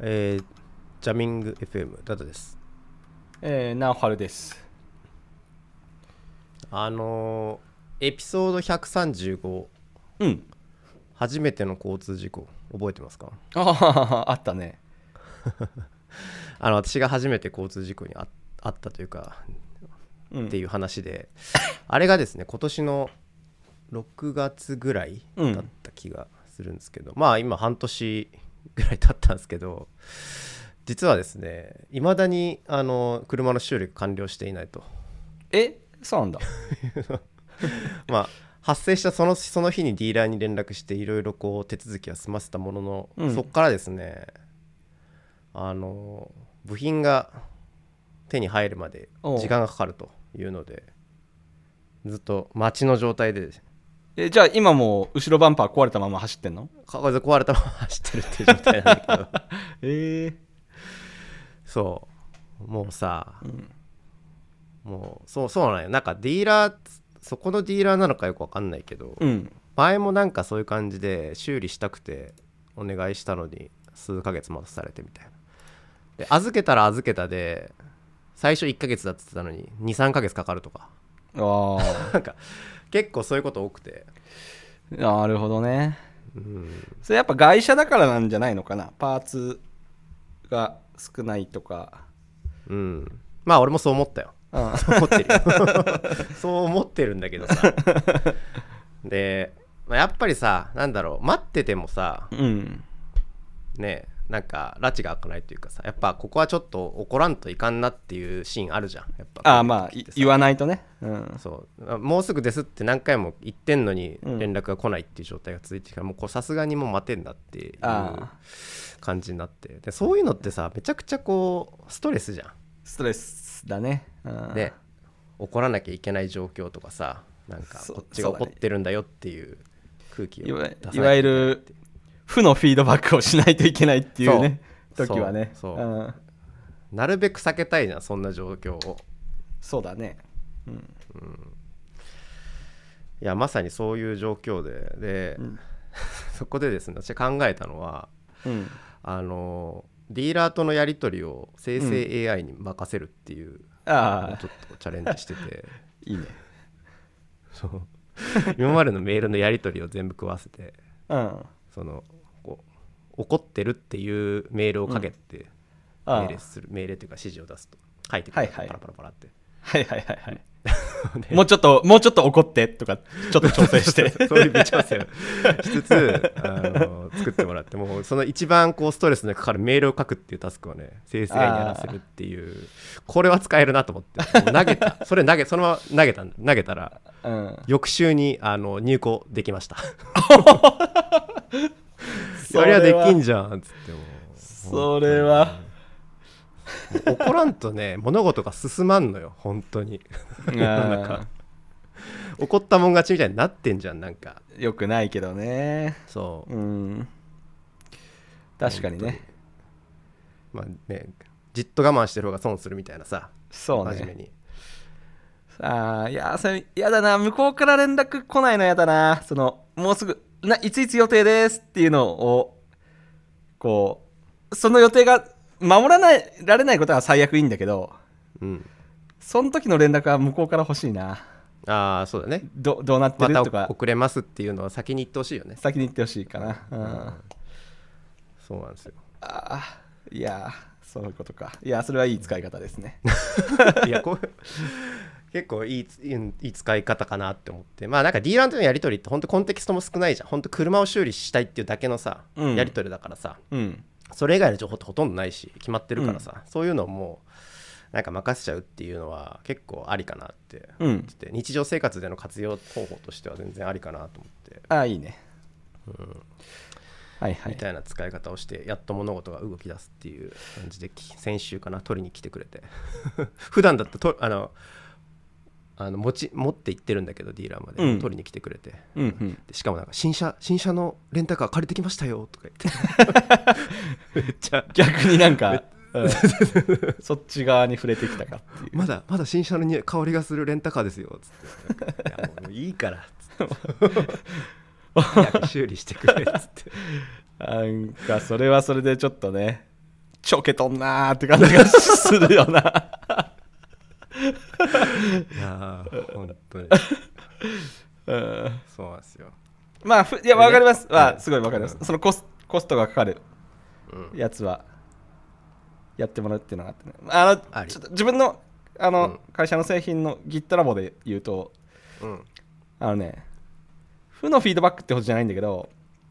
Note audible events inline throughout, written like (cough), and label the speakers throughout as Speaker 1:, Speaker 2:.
Speaker 1: えージャミング FM ダダです
Speaker 2: えー、ナオハルです。
Speaker 1: あのーエピソード135
Speaker 2: うん。
Speaker 1: 初めての交通事故覚えてますか
Speaker 2: ああ、あったね。
Speaker 1: あの私が初めて交通事故にああったというか
Speaker 2: うん。
Speaker 1: っていう話で、あれがですね今年の6月ぐらいだった気がするんですけど、まあ今半年ぐらい経ったんですけど実はですねいまだにあの車の修理が完了していないと
Speaker 2: え、そうなんだ。
Speaker 1: まあ発生したそのその日にディーラーに連絡していろいろこう手続きは済ませたものの、
Speaker 2: うん
Speaker 1: そこからですねあの部品が手に入るまで
Speaker 2: おう
Speaker 1: 時間がかかるというのでずっと待ちの状態で
Speaker 2: (laughs) え、じゃあ今も後ろバンパー壊れたまま走ってんの
Speaker 1: かず壊れたまま走ってるっていう状態なんだ
Speaker 2: (laughs)
Speaker 1: けど
Speaker 2: ええ
Speaker 1: そうもうさ、
Speaker 2: ん
Speaker 1: もうそうそうなんよなんかディーラーそこのディーラーなのかよくわかんないけど、
Speaker 2: うん。
Speaker 1: 前もなんかそういう感じで修理したくてお願いしたのに数ヶ月待たされてみたいなで預けたら預けたで最初1ヶ月だって言ってたのに23ヶ月かかるとか (laughs)
Speaker 2: あ
Speaker 1: なんか結構そういうこと多くて
Speaker 2: あ、 (laughs) なるほどね。
Speaker 1: うん
Speaker 2: それやっぱ外車だからなんじゃないのかな。パーツが少ないとか。
Speaker 1: うんまあ俺もそう思ったよ (laughs)
Speaker 2: うん。
Speaker 1: そう思ってるよ (laughs) そう思ってるんだけどさで、まあやっぱりさなんだろう待っててもさ
Speaker 2: うん。
Speaker 1: ねなんか拉致が開かないというかさやっぱここはちょっと怒らんといかんなっていうシーンあるじゃんやっぱ
Speaker 2: ああ、まあ、い言
Speaker 1: わ
Speaker 2: わないとね。うん。
Speaker 1: そうもうすぐですって何回も言ってんのに
Speaker 2: うん
Speaker 1: 連絡が来ないっていう状態が続いてきたらもうこうさすがにもう待てんなっていう
Speaker 2: ああ、
Speaker 1: 感じになってでそういうのってさめちゃくちゃこうストレスじゃ
Speaker 2: ストレスだね。うん
Speaker 1: んで怒らなきゃいけない状況とかさなんか
Speaker 2: そう
Speaker 1: こっちが
Speaker 2: そう
Speaker 1: 怒
Speaker 2: だ
Speaker 1: っ
Speaker 2: ね
Speaker 1: てるんだよっていう空気を
Speaker 2: いわ
Speaker 1: 出さない
Speaker 2: いわゆる負のフィードバックをしないといけないっていうね
Speaker 1: そう
Speaker 2: 時はね、
Speaker 1: そうそうんなるべく避けたいじゃんそんな状況を
Speaker 2: そうだね、うん
Speaker 1: いやまさにそういう状況でで、
Speaker 2: うん
Speaker 1: (laughs) そこでですね私考えたのは
Speaker 2: うん、
Speaker 1: あのディーラーとのやり取りを生成 AI に任せるっていうのを
Speaker 2: ああ
Speaker 1: ちょっとチャレンジして
Speaker 2: (laughs)
Speaker 1: て、
Speaker 2: いいね
Speaker 1: そう (laughs) 今までのメールのやり取りを全部食わせて
Speaker 2: うんあ
Speaker 1: そのこう怒ってるっていうメールをかけて
Speaker 2: あ
Speaker 1: 命令する、命令というか指示を出すと書いてく
Speaker 2: は
Speaker 1: る、
Speaker 2: いはい
Speaker 1: パラパラパラ
Speaker 2: (laughs)
Speaker 1: って。
Speaker 2: はいはいはいはいもうちょっともうちょっと怒ってとかちょっと調整して
Speaker 1: (laughs) そういう微調整を
Speaker 2: (laughs)
Speaker 1: しつつあの作ってもらってもうその一番こうストレスのかかるメールを書くっていうタスクをね生成 AI にやらせるっていうこれは使えるなと思ってもう投げ
Speaker 2: (laughs)
Speaker 1: たそれ投げそのまま投げたん投げたら
Speaker 2: うん、
Speaker 1: 翌週にあの入稿できました
Speaker 2: そ
Speaker 1: そりゃできんじゃんっつっても
Speaker 2: それは
Speaker 1: うもう怒らんとね物事が進まんのよ本当になんか怒ったもん勝ちみたいになってんじゃんなんか
Speaker 2: よくないけどね
Speaker 1: そう
Speaker 2: うん確かにね
Speaker 1: まあね、じっと我慢してる方が損するみたいなさ、
Speaker 2: そう
Speaker 1: 真面
Speaker 2: ね
Speaker 1: 目に。
Speaker 2: ああいやーそれ嫌だな向こうから連絡来ないの嫌だなそのもうすぐないついつ予定ですっていうのをこうその予定が守らないられないことは最悪いいんだけど
Speaker 1: うん、
Speaker 2: その時の連絡は向こうから欲しいな
Speaker 1: ああ、そうだね。
Speaker 2: どどうなって
Speaker 1: ま
Speaker 2: る
Speaker 1: た
Speaker 2: とか
Speaker 1: 遅れますっていうのは先に言ってほしいよね。
Speaker 2: 先に言ってほしいかな、うん、あ
Speaker 1: そうなん
Speaker 2: (laughs)
Speaker 1: ですよ。
Speaker 2: あいやーそういうことかいやーそれはいい使い方ですね
Speaker 1: いや、こう (laughs) 結構いいついいいい使い方かなって思って、まあなんかディーラーとのやり取りって、本当コンテキストも少ないじゃん。本当車を修理したいっていうだけのさ、
Speaker 2: うん
Speaker 1: やり取りだからさ、
Speaker 2: うん
Speaker 1: それ以外の情報ってほとんどないし、決まってるからさ、そういうのをもう、なんか任せちゃうっていうのは結構ありかなって。
Speaker 2: うん
Speaker 1: って日常生活での活用方法としては全然ありかなと思って
Speaker 2: ああいいね、はいは
Speaker 1: み
Speaker 2: い
Speaker 1: たいな使い方をしてやっと物事が動き出すっていう感じでき先週かな取りに来てくれて (laughs) 普段だったらとあのあの持ち持って行ってるんだけどディーラーまで、
Speaker 2: うん
Speaker 1: 取りに来てくれて
Speaker 2: うんうん
Speaker 1: でしかもなんか新車新車のレンタカー借りてきましたよとか (laughs) 言ってめっちゃ
Speaker 2: 逆になんか、
Speaker 1: (laughs)
Speaker 2: うんそっち側に触れてきたかっていう
Speaker 1: まだまだ新車の匂い香りがするレンタカーですよつってなんかいやもうもういいからつって早く修理してくれつって
Speaker 2: なんかそれはそれでちょっとねちょけとんなーって感じがするよ
Speaker 1: (laughs)
Speaker 2: な
Speaker 1: いやー本当に
Speaker 2: うん
Speaker 1: そうなんですよ
Speaker 2: まあふいやわかります、
Speaker 1: ね
Speaker 2: ま
Speaker 1: う
Speaker 2: あ、
Speaker 1: ん
Speaker 2: すごいわかります、
Speaker 1: うん
Speaker 2: そのコスコストがかかる
Speaker 1: うん
Speaker 2: やつはやってもらうっていうのがあってねあの
Speaker 1: あり
Speaker 2: ちょっと自分のあの、
Speaker 1: うん
Speaker 2: 会社の製品の Git ラボで言うと
Speaker 1: うん
Speaker 2: あのね負のフィードバックってことじゃないんだけど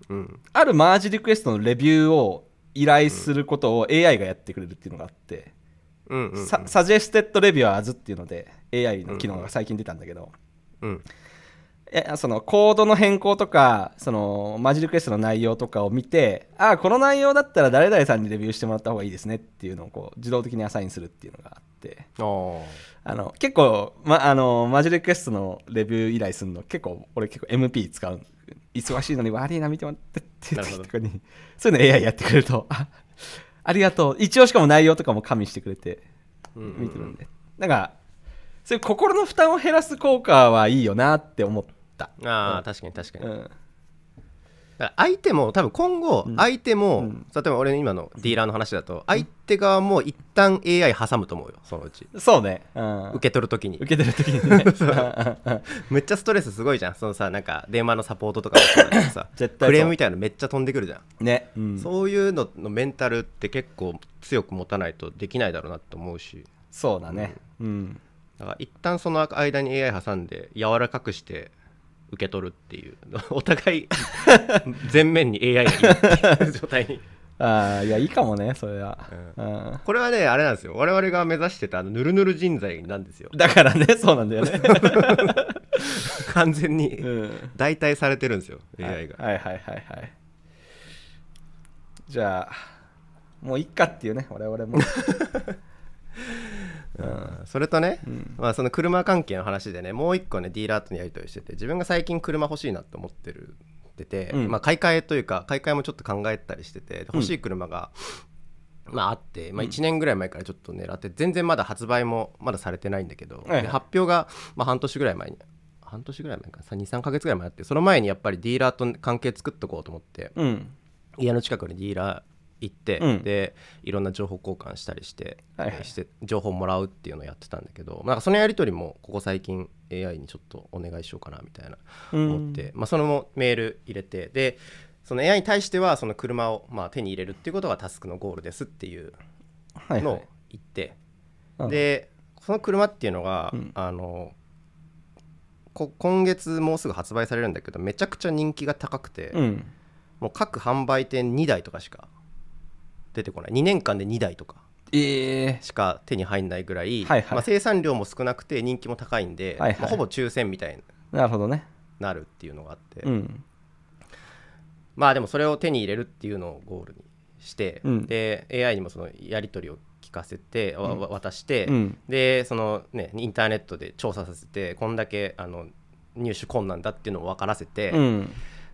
Speaker 1: うん
Speaker 2: あるマージリクエストのレビューを依頼することを AI がやってくれるっていうのがあって、
Speaker 1: うんうん
Speaker 2: ササジェステッドレビュアーズっていうので AI の機能が最近出たんだけど、
Speaker 1: うん
Speaker 2: えそのコードの変更とかそのマージリクエストの内容とかを見てああこの内容だったら誰々さんにレビューしてもらった方がいいですねっていうのをこう自動的にアサインするっていうのがあって
Speaker 1: あー
Speaker 2: あの結構、ま、あのマージリクエストのレビュー依頼するの結構俺結構 MP 使う忙しいのに悪いな見てもらってっていう
Speaker 1: なるほ
Speaker 2: 時
Speaker 1: ど
Speaker 2: とかにそういうの AI やってくれるとあありがとう一応しかも内容とかも加味してくれて
Speaker 1: うんうんうん
Speaker 2: 見てるんで、なんかそういう心の負担を減らす効果はいいよなって思った。
Speaker 1: あ
Speaker 2: う
Speaker 1: あ
Speaker 2: ん
Speaker 1: 確かに確かに、
Speaker 2: う
Speaker 1: だか
Speaker 2: ん
Speaker 1: ら相手も多分今後
Speaker 2: うん
Speaker 1: 相手も、
Speaker 2: うん
Speaker 1: 例えば俺の今のディーラーの話だと相手側も一旦 AI 挟むと思うよそのうち
Speaker 2: そうね、うん、
Speaker 1: 受け取るときに
Speaker 2: 受けてる時に (laughs) ねうんうんうん
Speaker 1: めっちゃストレスすごいじゃんそのさなんか電話のサポートとかもそうだけどさ
Speaker 2: (laughs) 絶対そう
Speaker 1: クレームみたいなのめっちゃ飛んでくるじゃん、
Speaker 2: (laughs) ね、うんそう
Speaker 1: そういうののメンタルって結構強く持たないとできないだろうなって思うし
Speaker 2: だね、うん
Speaker 1: だから一旦その間に AI 挟んで柔らかくして受け取るっていう (laughs) お互い全面に AI がいるって
Speaker 2: (laughs)
Speaker 1: いう状態に
Speaker 2: ああいやいいかもねそれは、うん
Speaker 1: これはねあれなんですよ我々が目指してたあのぬるぬる人材なんですよ
Speaker 2: だからね (laughs) そうなんだよね、
Speaker 1: 完全
Speaker 2: う
Speaker 1: に
Speaker 2: ん、
Speaker 1: 代替されてるんですよ AI が
Speaker 2: はいはいはいはいはいじゃあもういっかっていうね
Speaker 1: (laughs)
Speaker 2: 我々も
Speaker 1: うんそれとね、まあ、その車関係の話でねもう一個ねディーラーとのやり取りしてて自分が最近車欲しいなって思ってるってて、
Speaker 2: うん
Speaker 1: まあ、買い替えというか買い替えもちょっと考えたりしててで欲しい車が、まあ、あって、まあ、1年ぐらい前からちょっと狙って全然まだ発売もまだされてないんだけど、
Speaker 2: いはい
Speaker 1: で発表が、まあ、半年ぐらい前に半年ぐらい前か23か月ぐらい前あってその前にやっぱりディーラーと関係作っとこうと思って
Speaker 2: うん
Speaker 1: 家の近くにディーラー行って、
Speaker 2: うん
Speaker 1: でいろんな情報交換したりして,、
Speaker 2: はいはい
Speaker 1: して情報もらうっていうのをやってたんだけどなんかそのやり取りもここ最近 AI にちょっとお願いしようかなみたいな思って、まあ、それもメール入れてでその AI に対してはその車をまあ手に入れるっていうことがタスクのゴールですっていう
Speaker 2: はい
Speaker 1: の
Speaker 2: は
Speaker 1: を
Speaker 2: い
Speaker 1: 言って、
Speaker 2: うん
Speaker 1: でその車っていうのが、
Speaker 2: うん
Speaker 1: あのこ今月もうすぐ発売されるんだけどめちゃくちゃ人気が高くて。
Speaker 2: うん
Speaker 1: もう各販売店2台とかしか出てこない2年間で2台とか
Speaker 2: ええ
Speaker 1: しか手に入んないぐらい、
Speaker 2: はいはい
Speaker 1: まあ、生産量も少なくて人気も高いんで、
Speaker 2: はいはい
Speaker 1: まあほぼ抽選みたいに
Speaker 2: なるほどね
Speaker 1: なるっていうのがあって、
Speaker 2: うん
Speaker 1: まあでもそれを手に入れるっていうのをゴールにして、
Speaker 2: うん
Speaker 1: で AI にもそのやり取りを聞かせて、わわ渡して、
Speaker 2: うん
Speaker 1: でそのねインターネットで調査させてこんだけあの入手困難だっていうのを分からせて、
Speaker 2: うん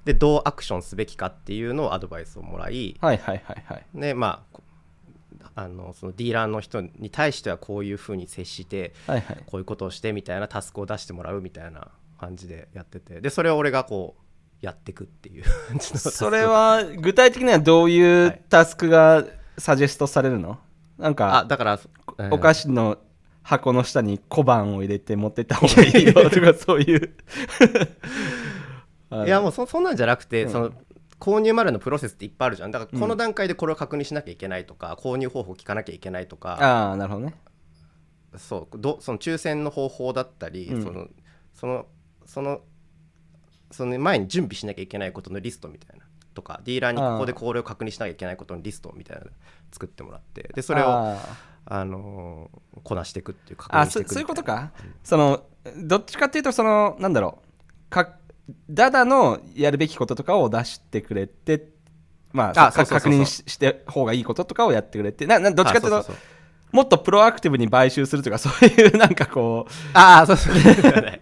Speaker 1: でどうアクションすべきかっていうのをアドバイスをもらい、
Speaker 2: はいはいはいはい
Speaker 1: でまあこあのそのディーラーの人に対してはこういうふうに接して
Speaker 2: はいはい
Speaker 1: こういうことをしてみたいなタスクを出してもらうみたいな感じでやっててでそれを俺がこうやってくっていう感じのタスク
Speaker 2: それは具体的にはどういうタスクがサジェストされるの、な
Speaker 1: (laughs)
Speaker 2: ん
Speaker 1: あ
Speaker 2: か
Speaker 1: だからえー
Speaker 2: お菓子の箱の下に小判を入れて持ってった方がいいよとかそういう (laughs)
Speaker 1: いやもうそそんなんじゃなくて、その購入までのプロセスっていっぱいあるじゃんだからこの段階でこれを確認しなきゃいけないとか、購入方法聞かなきゃいけないとか
Speaker 2: ああなるほどね
Speaker 1: そうどその抽選の方法だったり、
Speaker 2: うん
Speaker 1: そのそのそのその前に準備しなきゃいけないことのリストみたいなとかディーラーに
Speaker 2: あー
Speaker 1: ここでこれを確認しなきゃいけないことのリストみたいなの作ってもらってでそれをあ、
Speaker 2: あー
Speaker 1: のーこなしていくっていう確
Speaker 2: あ
Speaker 1: 認して
Speaker 2: そ
Speaker 1: いくみ
Speaker 2: そう
Speaker 1: た
Speaker 2: い
Speaker 1: いうな
Speaker 2: ことか、そのどっちかっていうとそのなんだろうかダダのやるべきこととかを出してくれてまあ
Speaker 1: あそうそうそうそう
Speaker 2: 確認しして方がいいこととかをやってくれてななどっちかっていうと
Speaker 1: あそうそうそう
Speaker 2: もっとプロアクティブに買収するとか (laughs) そういうなんかこ
Speaker 1: あーそうそう
Speaker 2: (laughs) う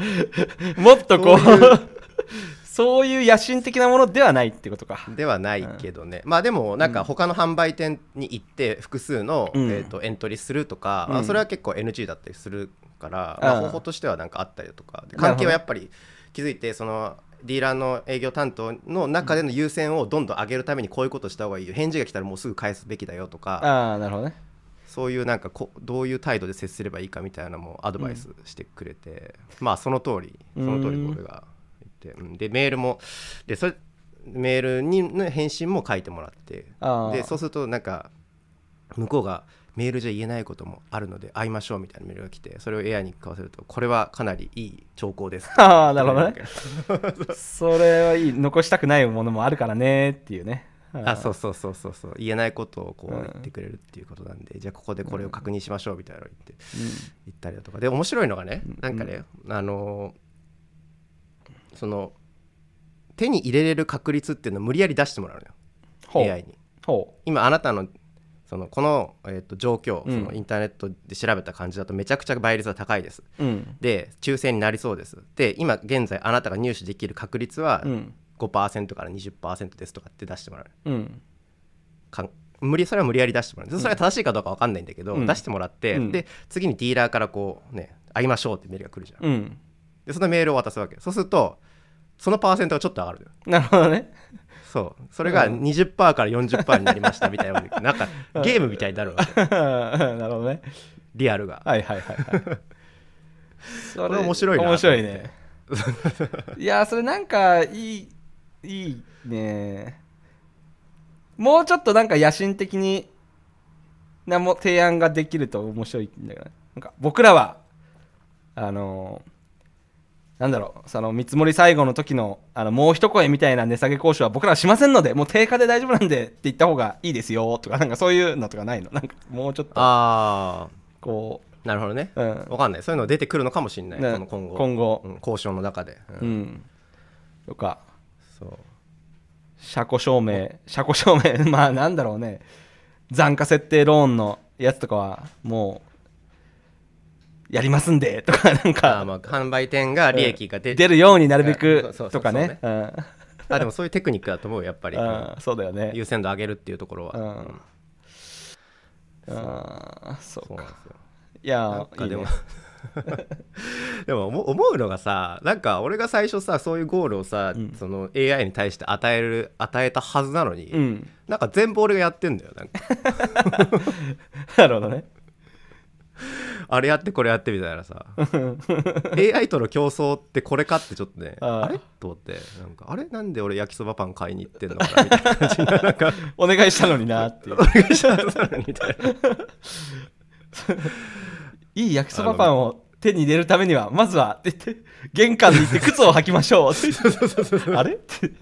Speaker 2: (laughs) もっとこう
Speaker 1: そう
Speaker 2: そう
Speaker 1: い
Speaker 2: いう野心的なものではないってことか
Speaker 1: ではないけどね、まあでもなんか他の販売店に行って複数の、
Speaker 2: うん
Speaker 1: えー、とエントリーするとか、
Speaker 2: うん
Speaker 1: まあそれは結構 NG だったりするから、まあ
Speaker 2: ああ
Speaker 1: 方法としてはなんかあったりだとかで
Speaker 2: なる
Speaker 1: 関
Speaker 2: ほど
Speaker 1: 係はやっぱり気づいてそのディーラーの営業担当の中での優先をどんどん上げるためにこういうことした方がいいよ返事が来たらもうすぐ返すべきだよとか
Speaker 2: ああなるほどね
Speaker 1: そういうなんかこどういう態度で接すればいいかみたいなのもアドバイスしてくれて、まあその通りその通り
Speaker 2: うん
Speaker 1: 俺が言って、うんでメールもでそれメールにの返信も書いてもらって
Speaker 2: ああ
Speaker 1: でそうするとなんか向こうがメールじゃ言えないこともあるので会いましょうみたいなメールが来てそれを AI に交わせるとこれはかなりいい兆候です
Speaker 2: ああなるほどねそれはいい残したくないものもあるからねっていうね
Speaker 1: (laughs) あそううそうそうそうそう言えないことをこう
Speaker 2: うん
Speaker 1: 言ってくれるっていうことなんで、じゃあここでこれを確認しましょうみたいなのを言って
Speaker 2: ん
Speaker 1: 言ったりだとかで面白いのがね
Speaker 2: うん
Speaker 1: なんかね、あのーその手に入れれる確率っていうのを無理やり出してもらう
Speaker 2: ほ
Speaker 1: の
Speaker 2: う
Speaker 1: よ AI に
Speaker 2: ほ
Speaker 1: 今あなたのそのこの、えー、と状況、
Speaker 2: うん
Speaker 1: そのインターネットで調べた感じだとめちゃくちゃ倍率が高いです
Speaker 2: ううん
Speaker 1: で抽選になりそうですで今現在あなたが入手できる確率は
Speaker 2: うん
Speaker 1: 5%から20%ですとかって出してもらう
Speaker 2: うん
Speaker 1: かん無理それは無理やり出してもらうそれが正しいかどうか分かんないんだけど、
Speaker 2: うん
Speaker 1: 出してもらって、
Speaker 2: うん
Speaker 1: で次にディーラーからこうね会いましょうってメールが来るじゃん、
Speaker 2: うん
Speaker 1: でそのメールを渡すわけそうするとそのパーセントがちょっと上がるのよ
Speaker 2: なるほどね (laughs)
Speaker 1: そうそれが
Speaker 2: うん
Speaker 1: 20%から40%になりましたみたいななん
Speaker 2: (laughs)
Speaker 1: かゲームみたいになるわけ
Speaker 2: なるほどね。
Speaker 1: リアルが
Speaker 2: はいはいはいはい。 (laughs) そ
Speaker 1: これ面白いな
Speaker 2: 面白い (laughs) ね。いやー、それなんかいい、いいね。もうちょっとなんか野心的に何も提案ができると面白いんだよね。なんか僕らは、あのーなんだろうその見積もり最後の時のあのもう一声みたいな値下げ交渉は僕らはしませんのでもう定価で大丈夫なんでって言った方がいいですよとかなんかそういうのとかないのなんかもうちょっと
Speaker 1: あ
Speaker 2: こ
Speaker 1: あなるほどね
Speaker 2: う、うん、
Speaker 1: 分かんないそういうの出てくるのかもしれない、
Speaker 2: ね
Speaker 1: この今後
Speaker 2: 今後
Speaker 1: うん交渉の中で、うん
Speaker 2: うん、とか
Speaker 1: そう
Speaker 2: 車庫証明車庫証明 (laughs) まあなんだろうね残価設定ローンのやつとかはもうやりますんでとかなん
Speaker 1: あー
Speaker 2: か、
Speaker 1: まあ販売店が利益が出
Speaker 2: 出るようになるべ
Speaker 1: う
Speaker 2: く
Speaker 1: んそうそう
Speaker 2: とかねうん
Speaker 1: あでもそういうテクニックだと思うよやっぱり、
Speaker 2: うんそうだよね
Speaker 1: 優先度上げるっていうところは、
Speaker 2: うん
Speaker 1: うん
Speaker 2: うんそう
Speaker 1: そう
Speaker 2: か
Speaker 1: なんですよ
Speaker 2: い
Speaker 1: なん
Speaker 2: や
Speaker 1: か
Speaker 2: ーいい
Speaker 1: で
Speaker 2: ね
Speaker 1: も (laughs) でも思思うのがさなんか俺が最初さそういうゴールをさ、
Speaker 2: うん
Speaker 1: その AI に対して与える与えたはずなのに、
Speaker 2: うん (laughs)
Speaker 1: なんか全部俺がやってんだよなんか
Speaker 2: なるほどね
Speaker 1: あれやってこれやってみたいな
Speaker 2: (laughs)
Speaker 1: さ AI との競争ってこれかってちょっとね
Speaker 2: あー
Speaker 1: あれと思ってなんかあれなんで俺焼きそばパン買いに行ってんのかなみたいな感
Speaker 2: (laughs)
Speaker 1: じになんか
Speaker 2: お願いしたのになっていう
Speaker 1: お願いしたはずなのにみたいない
Speaker 2: い焼きそばパンを手に入れるためにはまずはって言って玄関に行って靴を履きましょうって言ってあれって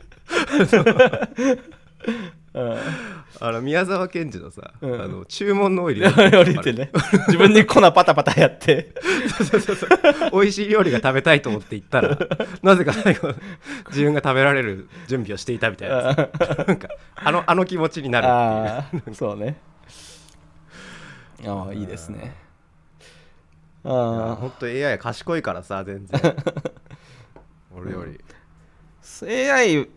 Speaker 1: あの宮沢賢治のさ、
Speaker 2: うん
Speaker 1: あの注文の多い料理
Speaker 2: (laughs) 料理ってね自分に粉パタパタやって
Speaker 1: (laughs) 美味しい料理が食べたいと思って行った
Speaker 2: (laughs)
Speaker 1: らなぜか最後自分が食べられる準備をしていたみたいなやつなんかあのあの気持ちになる
Speaker 2: ああそうねああいいですねああ
Speaker 1: 本当 AI は賢いからさ全
Speaker 2: (laughs)
Speaker 1: 然俺より
Speaker 2: AI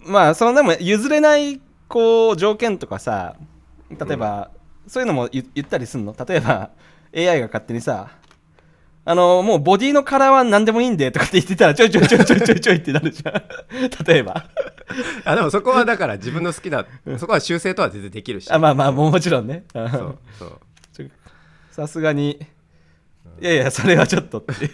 Speaker 2: まあそのでも譲れないこう条件とかさ例えば、そういうのも言言ったりすんの例えば AI が勝手にさあのもうボディのカラーは何でもいいんでとかって言ってたらちょいちょいちょいちょいちょいちょいってなるじゃん (laughs) 例えば
Speaker 1: あでもそこはだから自分の好きなそこは修正とは全然できるし
Speaker 2: あまあまあももちろんねうん
Speaker 1: そうそう
Speaker 2: ちょ (laughs) さすがにいやいやそれはちょっとっていう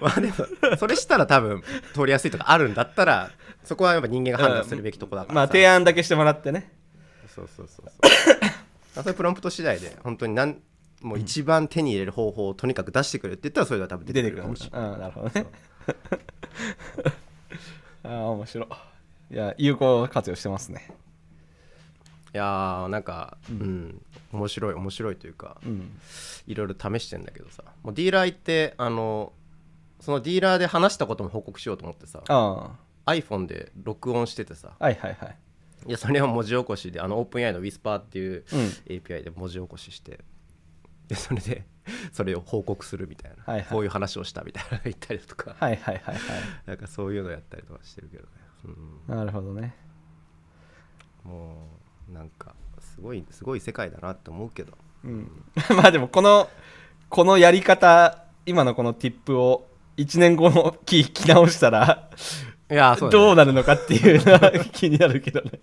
Speaker 1: まあでもそれしたら多分通りやすいとかあるんだったらそこはやっぱ人間が判断するべきとこだから
Speaker 2: まあ
Speaker 1: さ
Speaker 2: 提案だけしてもらってね
Speaker 1: そうそうそうそうあそれプロンプト次第で本当になんもう一番手に入れる方法をとにかく出してくれって言ったらそれが多分出
Speaker 2: 出
Speaker 1: て
Speaker 2: て
Speaker 1: く
Speaker 2: く
Speaker 1: るかも
Speaker 2: るかも
Speaker 1: し
Speaker 2: し
Speaker 1: れ
Speaker 2: れ
Speaker 1: ない
Speaker 2: ない、うん、なるほどね (laughs) ああ面白いいや有効活用してますね
Speaker 1: いやーなんかうん、面白い面白いというか
Speaker 2: うん
Speaker 1: いろいろ試してんだけどさもうディーラー行ってあのそのディーラーで話したことも報告しようと思ってさ
Speaker 2: あ
Speaker 1: iPhone で録音しててさ
Speaker 2: あはいはいはい
Speaker 1: いやそれを文字起こしであの OpenAI の Whisper っていう
Speaker 2: うん
Speaker 1: API で文字起こししてでそれでそれを報告するみたいな、
Speaker 2: はいはい
Speaker 1: こういう話をしたみたいなの言ったりだとか
Speaker 2: はいはいはいはい
Speaker 1: なんかそういうのやったりとかしてるけどね、
Speaker 2: なるほどね
Speaker 1: うん、もうなんかすごいすごい世界だなって思うけど
Speaker 2: (laughs) うんまあでもこのこのやり方今のこの tip を1年後の (laughs) 聞聞き直したら、
Speaker 1: いやーそうだね
Speaker 2: どうなるのかっていうのは気になるけどね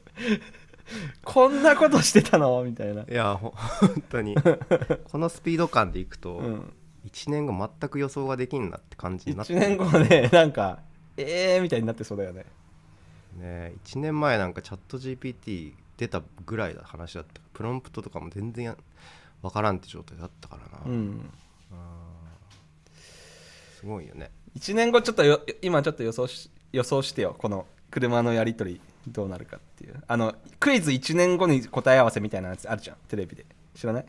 Speaker 2: (laughs) こんなことしてたのみたいない
Speaker 1: やほ (laughs) 本当にこのスピード感でいくと、
Speaker 2: うん
Speaker 1: 1年後全く予想ができんなって感じになって
Speaker 2: 1
Speaker 1: る
Speaker 2: 年後はねなんかええー、みたいになってそうだよね
Speaker 1: ね1年前なんかチャット GPT 出たぐらいだ話だったプロンプトとかも全然わからんって状態だったからな、
Speaker 2: うん
Speaker 1: すごいよね
Speaker 2: 1年後ちょっとよ今ちょっと予想し予想してよこの車のやり取りどうなるかっていうあのクイズ1年後に答え合わせみたいなやつあるじゃんテレビで知らない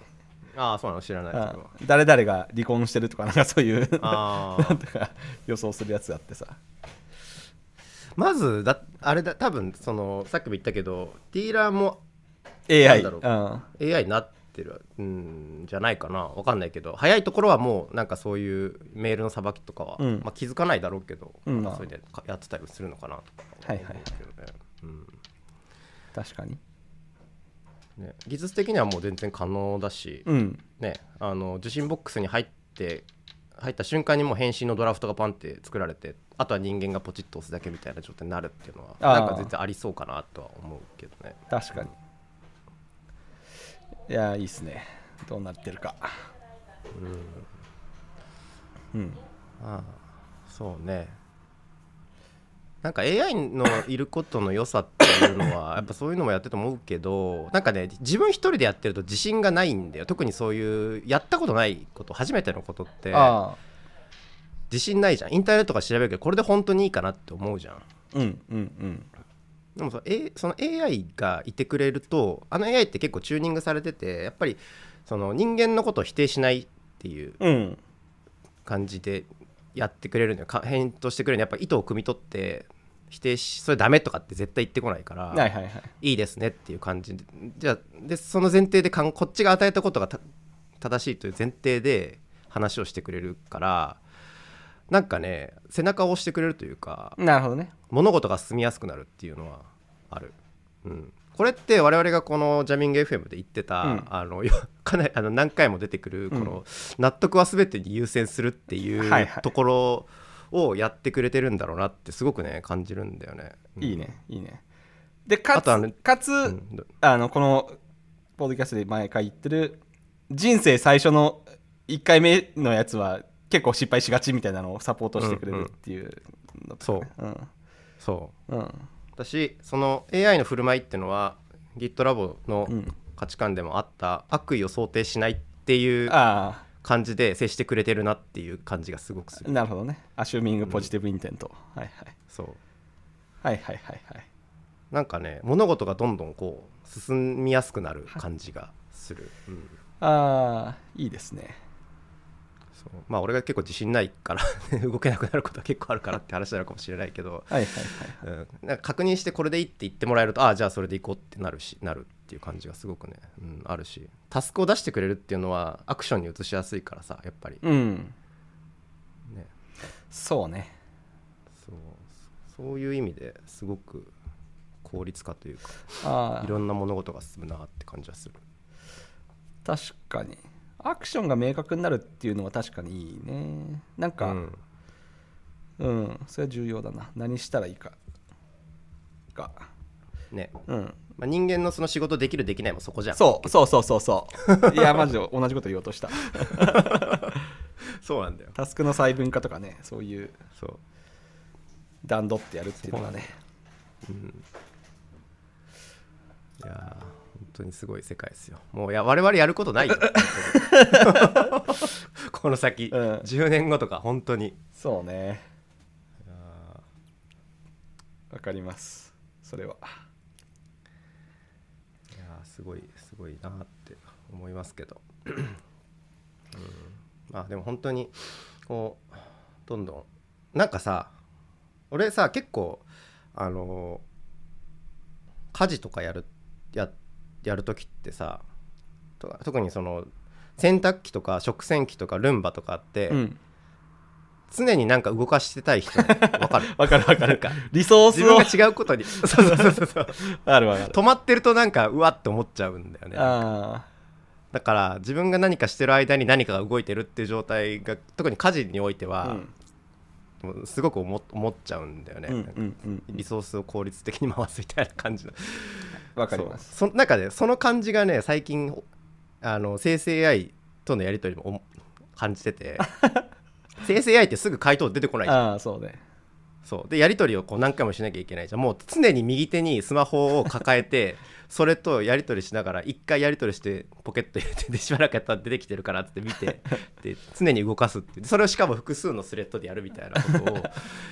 Speaker 1: ああそうなの知らないそれは
Speaker 2: うん誰々が離婚してるとかなんかそういう
Speaker 1: (laughs) あ
Speaker 2: な
Speaker 1: ー
Speaker 2: んとか予想するやつあってさ
Speaker 1: まずだあれだ多分そのさっきも言ったけどディーラーも
Speaker 2: AI
Speaker 1: なんだ
Speaker 2: うん
Speaker 1: AI になってるうんじゃないかなわかんないけど早いところはもうなんかそういうメールのさばきとかは、
Speaker 2: うん
Speaker 1: まあ、気づかないだろうけど、
Speaker 2: うん
Speaker 1: なんかそれでかやってたりするのかなとか
Speaker 2: はいはいはい
Speaker 1: 思うけどねうん
Speaker 2: 確かに
Speaker 1: ね、技術的にはもう全然可能だし、
Speaker 2: うん
Speaker 1: ね、あの受信ボックスに入って入った瞬間にもう返信のドラフトがパンって作られてあとは人間がポチッと押すだけみたいな状態になるっていうのは
Speaker 2: あー
Speaker 1: なんか全然ありそうかなとは思うけどね
Speaker 2: 確かにいやーいいっすねどうなってるかうん
Speaker 1: ああそうねなんか AI のいることの良さっていうの
Speaker 2: (laughs)
Speaker 1: はやっぱそういうのもやってると思うけどなんかね自分一人でやってると自信がないんだよ特にそういうやったことないこと初めてのことって
Speaker 2: ああ
Speaker 1: 自信ないじゃんインターネットとか調べるけどこれで本当にいいかなって思うじゃん
Speaker 2: うんうんうん
Speaker 1: でもその,、A、その AI がいてくれるとあの AI って結構チューニングされててやっぱりその人間のことを否定しないっていう
Speaker 2: うん
Speaker 1: 感じでやってくれるのよか返答してくれるのやっぱ意図を汲み取って否定しそれダメとかって絶対言ってこないから、
Speaker 2: はいはいはい
Speaker 1: いいですねっていう感じでじゃあでその前提でかんこっちが与えたことがた正しいという前提で話をしてくれるからなんかね背中を押してくれるというか
Speaker 2: なるほどね
Speaker 1: 物事が進みやすくなるっていうのはある、うん、これって我々がこのジャミング FM で言ってた、
Speaker 2: うん
Speaker 1: あのよ (laughs) かなりあの何回も出てくるこの納得は全てに優先するってい
Speaker 2: はいは
Speaker 1: う
Speaker 2: い
Speaker 1: ところをやってくれてるんだろうなってすごくね感じるんだよね。うん
Speaker 2: いいねいいねでか
Speaker 1: あとあの
Speaker 2: つかつ、
Speaker 1: うんど
Speaker 2: あのこのポッドキャストで毎回言ってる人生最初の1回目のやつは結構失敗しがちみたいなのをサポートしてくれるっていうのとかね
Speaker 1: そう
Speaker 2: うんうん
Speaker 1: 私その AI の振る舞いってのは GitLab の
Speaker 2: うん
Speaker 1: 価値観でもあった悪意を想定しないっていう
Speaker 2: あ
Speaker 1: 感じで接してくれてるなっていう感じがすごくす
Speaker 2: あ
Speaker 1: る
Speaker 2: なるほどねアシューミングポジティブインテント、はいはい
Speaker 1: そう
Speaker 2: はいはいはいはい
Speaker 1: なんかね物事がどんどんこう進みやすくなる感じがする、うん、
Speaker 2: ああいいですね
Speaker 1: そうまあ俺が結構自信ないから (laughs) 動けなくなることは結構あるからって話なのかもしれないけど、
Speaker 2: はいはい
Speaker 1: うん、なんか確認してこれでいいって言ってもらえるとああじゃあそれでいこうってなるしなるっていう感じがすごくね、うん、あるしタスクを出してくれるっていうのはアクションに移しやすいからさやっぱり
Speaker 2: はいうん
Speaker 1: ね
Speaker 2: そうね
Speaker 1: そうそういう意味ですごく効率化というか
Speaker 2: ああ
Speaker 1: いろんな物事が進むなって感じはする
Speaker 2: 確かにアクションが明確になるっていうのは確かにいいねなんか、
Speaker 1: うん
Speaker 2: うん、それは重要だな。何したらいいか。が。
Speaker 1: ね
Speaker 2: うん。
Speaker 1: まあ、人間のその仕事できるできないもそこじゃん
Speaker 2: そうそうそうそうそう。いや、マジで同じこと言おうとした。 (laughs)
Speaker 1: そうなんだよ
Speaker 2: タスクの細分化とかね、そういう
Speaker 1: そう
Speaker 2: 段取ってやるっていうのがね。
Speaker 1: いやー本当にすごい世界ですよもういや我々やることない (laughs) よ本当にこの先、
Speaker 2: うん
Speaker 1: 10年後とか本当に
Speaker 2: そうね。わかります。それは。
Speaker 1: いやーすごいすごいなーって思いますけど、うん、まあでも本当にこうどんどんなんかさ俺さ結構あのー家事とかやるややる時ってさと特にその洗濯機とか食洗機とかルンバとかあって、
Speaker 2: うん。
Speaker 1: 常になんか動かしてたい人わかる
Speaker 2: わかるわか
Speaker 1: なん
Speaker 2: る。
Speaker 1: か
Speaker 2: リソー
Speaker 1: 自
Speaker 2: スを
Speaker 1: 分。が違うことにそうそうそうそうそう
Speaker 2: あるわかる。
Speaker 1: (laughs) 止まってるとなんかうわって思っちゃうんだよね
Speaker 2: あ
Speaker 1: だから自分が何かしてる間に何かが動いてるっていう状態が特に家事において
Speaker 2: あ。
Speaker 1: は、
Speaker 2: うん
Speaker 1: もすごく思思っちゃうんだよね、
Speaker 2: うん
Speaker 1: なんか
Speaker 2: うんうん
Speaker 1: リソースを効率的に回すみたいな感じの
Speaker 2: わかります
Speaker 1: そうその中でその感じがね最近あの生成 AI とのやり取りもお感じて
Speaker 2: (laughs)
Speaker 1: て生成 AI ってすぐ回答出てこないじゃん
Speaker 2: ああそうね
Speaker 1: そうでやり取りをこう何回もしなきゃいけないじゃんもう常に右手にスマホを抱えて (laughs) それとやり取りしながら一回やり取りしてポケット入れてでしばらくやったら出てきてるからっつって見てで常に動かすっていうでそれをしかも複数のスレッドでやるみたいなことを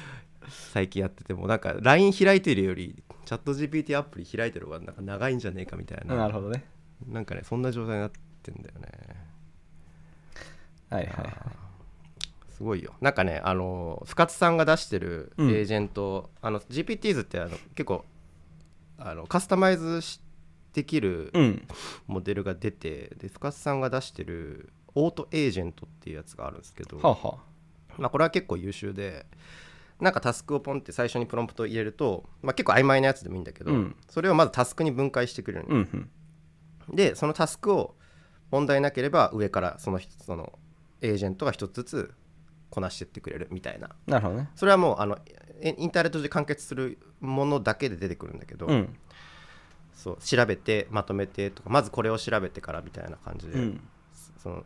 Speaker 2: (laughs)
Speaker 1: 最近やっててもなんか LINE 開いてるよりチャット GPT アプリ開いてる方がなんか長いんじゃねえかみたいな
Speaker 2: なるほどね
Speaker 1: なんかねそんな状態になってんだよね
Speaker 2: はいはいはい
Speaker 1: すごいよなんかねあの深津さんが出してるエ
Speaker 2: うん
Speaker 1: ージェント、あの GPTs ってあの結構あのカスタマイズしできる
Speaker 2: うん
Speaker 1: モデルが出て、で深津さんが出してるオートエージェントっていうやつがあるんですけど、
Speaker 2: はあは
Speaker 1: まあ、これは結構優秀でなんかタスクをポンって最初にプロンプト入れると、まあ、結構曖昧なやつでもいいんだけど、
Speaker 2: うん
Speaker 1: それをまずタスクに分解してくれるの
Speaker 2: うんうん
Speaker 1: でそのタスクを問題なければ上からその一つそのエージェントが一つずつこなしてってくれるみたいな
Speaker 2: なるほどね
Speaker 1: それはもうあのえインターネットで完結するものだけで出てくるんだけど、
Speaker 2: うん
Speaker 1: そう調べてまとめてとかまずこれを調べてからみたいな感じで、
Speaker 2: うん
Speaker 1: その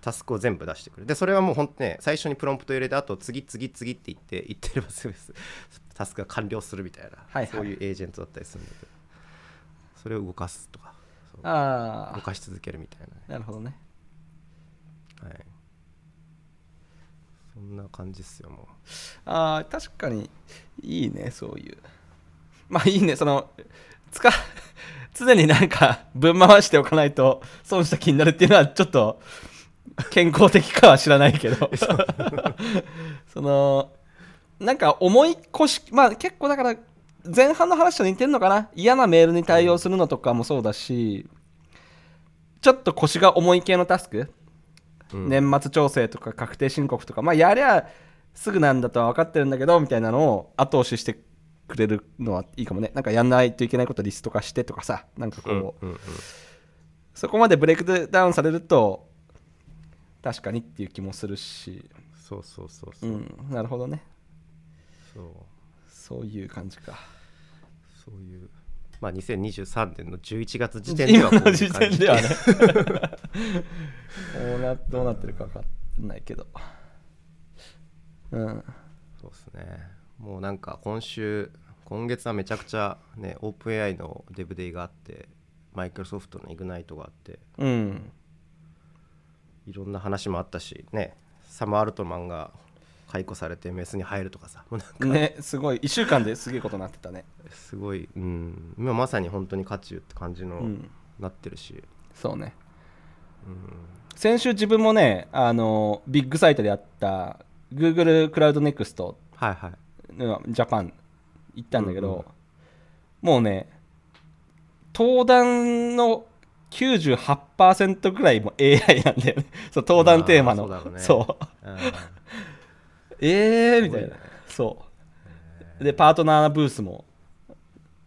Speaker 1: タスクを全部出してくるでそれはもうほんとね最初にプロンプト入れてあと次次次って言って (laughs) 言ってればすぐすタスクが完了するみたいな、
Speaker 2: はいはい
Speaker 1: そういうエージェントだったりするんだけどそれを動かすとかそう
Speaker 2: あ
Speaker 1: 動
Speaker 2: あ
Speaker 1: かし続けるみたいなね
Speaker 2: なるほどね
Speaker 1: はい。そんな感じっすよ、も
Speaker 2: あー確かにいいねそういうまあいいねそのつか常になんかぶん回しておかないと損した気になるっていうのはちょっと健康的かは知らないけど (laughs) そのなんか重い腰まあ結構だから前半の話と似てるのかな嫌なメールに対応するのとかもそうだしちょっと腰が重い系のタスク
Speaker 1: う。うん、
Speaker 2: 年末調整とか確定申告とか、まあ、やりゃすぐなんだとは分かってるんだけどみたいなのを後押ししてくれるのはいいかもねなんかやんないといけないことリスト化してとかさなんかこ
Speaker 1: う
Speaker 2: う、
Speaker 1: ん、うん、うん。
Speaker 2: そこまでブレイクダウンされると確かにっていう気もするし
Speaker 1: そうそうそう
Speaker 2: う
Speaker 1: そう。
Speaker 2: んなるほどね
Speaker 1: そう
Speaker 2: そういう感じか
Speaker 1: そういう。まあ、2023年の11月時点で
Speaker 2: 今
Speaker 1: はこう
Speaker 2: の
Speaker 1: い
Speaker 2: 時
Speaker 1: う感
Speaker 2: 点
Speaker 1: じ
Speaker 2: では
Speaker 1: (laughs)
Speaker 2: ねどうなどうなってるか分かんないけどうん
Speaker 1: そうですね。もうなんか今週、今月はめちゃくちゃね、オープン AI のデブデイがあって、マイクロソフトのイグナイトがあって、
Speaker 2: うん
Speaker 1: いろんな話もあったし、ね、サム・アルトマンが解雇されてメスに入るとかさ、もうなんか
Speaker 2: ねすごい1週間ですげえことになってたね
Speaker 1: すごい、うん、今まさに本当に渦中って感じの、
Speaker 2: うん
Speaker 1: なってるし、
Speaker 2: そうね
Speaker 1: うん、
Speaker 2: 先週自分もねあのビッグサイトであった Google クラウドネクスト
Speaker 1: はい
Speaker 2: (laughs)
Speaker 1: はい
Speaker 2: ジャパン行ったんだけど、
Speaker 1: うんうん
Speaker 2: もうね登壇の98%ぐらいも AI なんだよねそう登壇テーマの
Speaker 1: まあそうだろうねう
Speaker 2: うえーみたい
Speaker 1: す
Speaker 2: な
Speaker 1: ごいね
Speaker 2: そうでパートナーブースも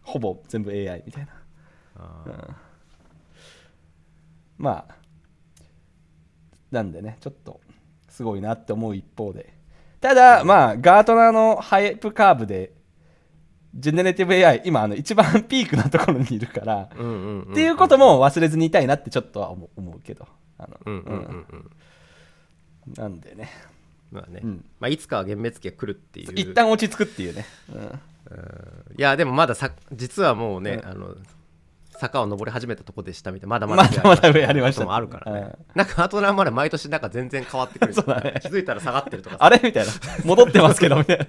Speaker 2: ほぼ全部 AI みたいなうん
Speaker 1: ん
Speaker 2: まあなんでねちょっとすごいなって思う一方でただまあガートナーのハイプカーブでジェネレティブ AI 今あの一番 (laughs) ピークなところにいるから、
Speaker 1: うんうんうん
Speaker 2: っていうことも忘れずにいたいなってちょっとは思う思うけどあの、
Speaker 1: うんうんうんうん
Speaker 2: うんなんでね
Speaker 1: まあね、
Speaker 2: うん
Speaker 1: まあ、いつかは幻滅期が来るっていう
Speaker 2: 一旦落ち着くっていうね、うん
Speaker 1: うんいやでもまださ実はもうね、
Speaker 2: うん
Speaker 1: あの坂を登り始めたとこでしたみたいなまだま
Speaker 2: ま
Speaker 1: だ
Speaker 2: だまだ上ありまし
Speaker 1: ことも
Speaker 2: た
Speaker 1: あるからね、なんかアートナーまで毎年なんか全然変わってくる
Speaker 2: (laughs) そうだね
Speaker 1: 気づいたら下がってるとかさ
Speaker 2: あれ (laughs) みたいな戻ってますけどみたいな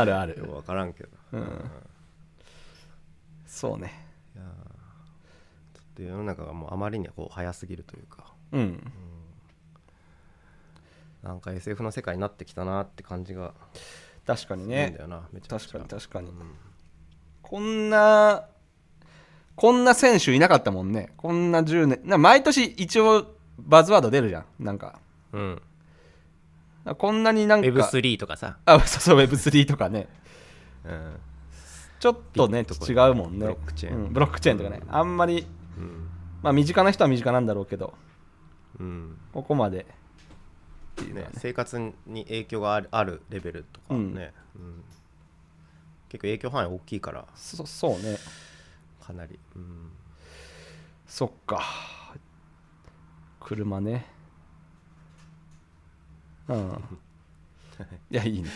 Speaker 2: あるあ
Speaker 1: よ
Speaker 2: る
Speaker 1: く分からんけど、
Speaker 2: うん
Speaker 1: い
Speaker 2: そうね
Speaker 1: やーちょっと世の中がもうあまりにはこう早すぎるというか
Speaker 2: うん
Speaker 1: なんか SF の世界になってきたなって感じが
Speaker 2: 確かに
Speaker 1: するん
Speaker 2: ね
Speaker 1: だよな、めちゃく
Speaker 2: 確
Speaker 1: ち
Speaker 2: か
Speaker 1: ゃ
Speaker 2: に確かに、
Speaker 1: うん
Speaker 2: こんなこんな選手いなかったもんねこんな10年な毎年一応バズワード出るじゃんなんか
Speaker 1: うん、
Speaker 2: こんなになんか
Speaker 1: Web3 とかさ、
Speaker 2: あそうそう Web3 とかね
Speaker 1: うん
Speaker 2: ちょっとね
Speaker 1: ビットコ
Speaker 2: 違
Speaker 1: イン
Speaker 2: うもん
Speaker 1: ブ
Speaker 2: ね
Speaker 1: ロックチェーン
Speaker 2: うんブロックチェーンとかねあんまり
Speaker 1: うん
Speaker 2: まあ身近な人は身近なんだろうけど
Speaker 1: うん
Speaker 2: ここまでっていうの
Speaker 1: ね
Speaker 2: はね、
Speaker 1: 生活に影響があるあるレベルとかね、うん結構影響範囲大きいから
Speaker 2: そそうね
Speaker 1: かなり、うん、
Speaker 2: そっか車ねうん
Speaker 1: (laughs)
Speaker 2: いやいいね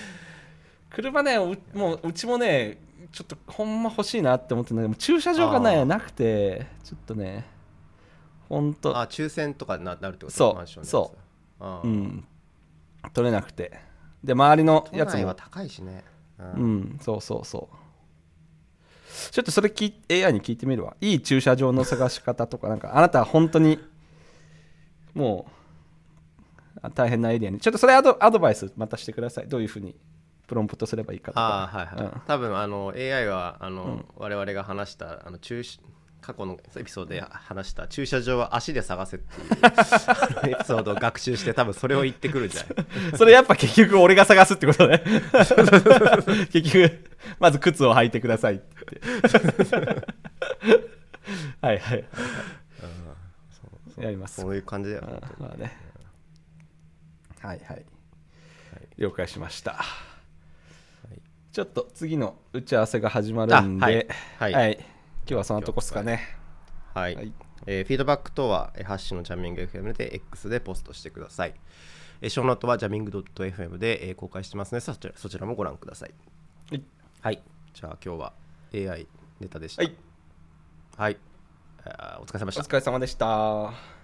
Speaker 2: 車ねうもううちもねちょっとほんま欲しいなって思ってるんだけど駐車場が
Speaker 1: あ
Speaker 2: ね
Speaker 1: ー
Speaker 2: なくてちょっとねほんと
Speaker 1: あ抽選とかにななるってこと
Speaker 2: そう
Speaker 1: マンション
Speaker 2: そう
Speaker 1: うああ、
Speaker 2: うん取れなくてで周りのや
Speaker 1: や
Speaker 2: つ
Speaker 1: つ
Speaker 2: も
Speaker 1: は高いしね、う
Speaker 2: うんん、そうそうそう。ちょっとそれ聞い AI に聞いてみるわ。いい駐車場の探し方とか、なんかあなたは本当にもうあ大変なエリアに。ちょっとそれアドアドバイスまたしてください。どういうふうにプロンプトすればいいかと
Speaker 1: あ
Speaker 2: か。
Speaker 1: あはいはい、
Speaker 2: うん
Speaker 1: 多分あの AI はあの、我々が話したあの駐車過去のエピソードで話した駐車場は足で探せっていうあのエピソードを学習して多分それを言ってくるんじゃない
Speaker 2: (laughs) それやっぱ結局俺が探すってこ
Speaker 1: (laughs)
Speaker 2: とね。結局、まず靴を履いてくださいって。
Speaker 1: (laughs)
Speaker 2: はいはい。やります。
Speaker 1: そういう感じだよね、
Speaker 2: あまあね。はいはい。了解しました。ちょっと次の打ち合わせが始まるん
Speaker 1: あは
Speaker 2: で
Speaker 1: い、はい
Speaker 2: 今日はそんなとこっすかね。
Speaker 1: はい、
Speaker 2: はい
Speaker 1: えーフィードバック等は、えーハッシュのジャミング FM で X でポストしてください。えー、ショーノートはジャミング .fm で、えー公開してますのでそちら、そちらもご覧ください。
Speaker 2: はい。
Speaker 1: はい。じゃあ今日は AI ネタでした。
Speaker 2: はい。
Speaker 1: はい。あーお疲れ様でし
Speaker 2: お
Speaker 1: た。
Speaker 2: 疲れ様でした。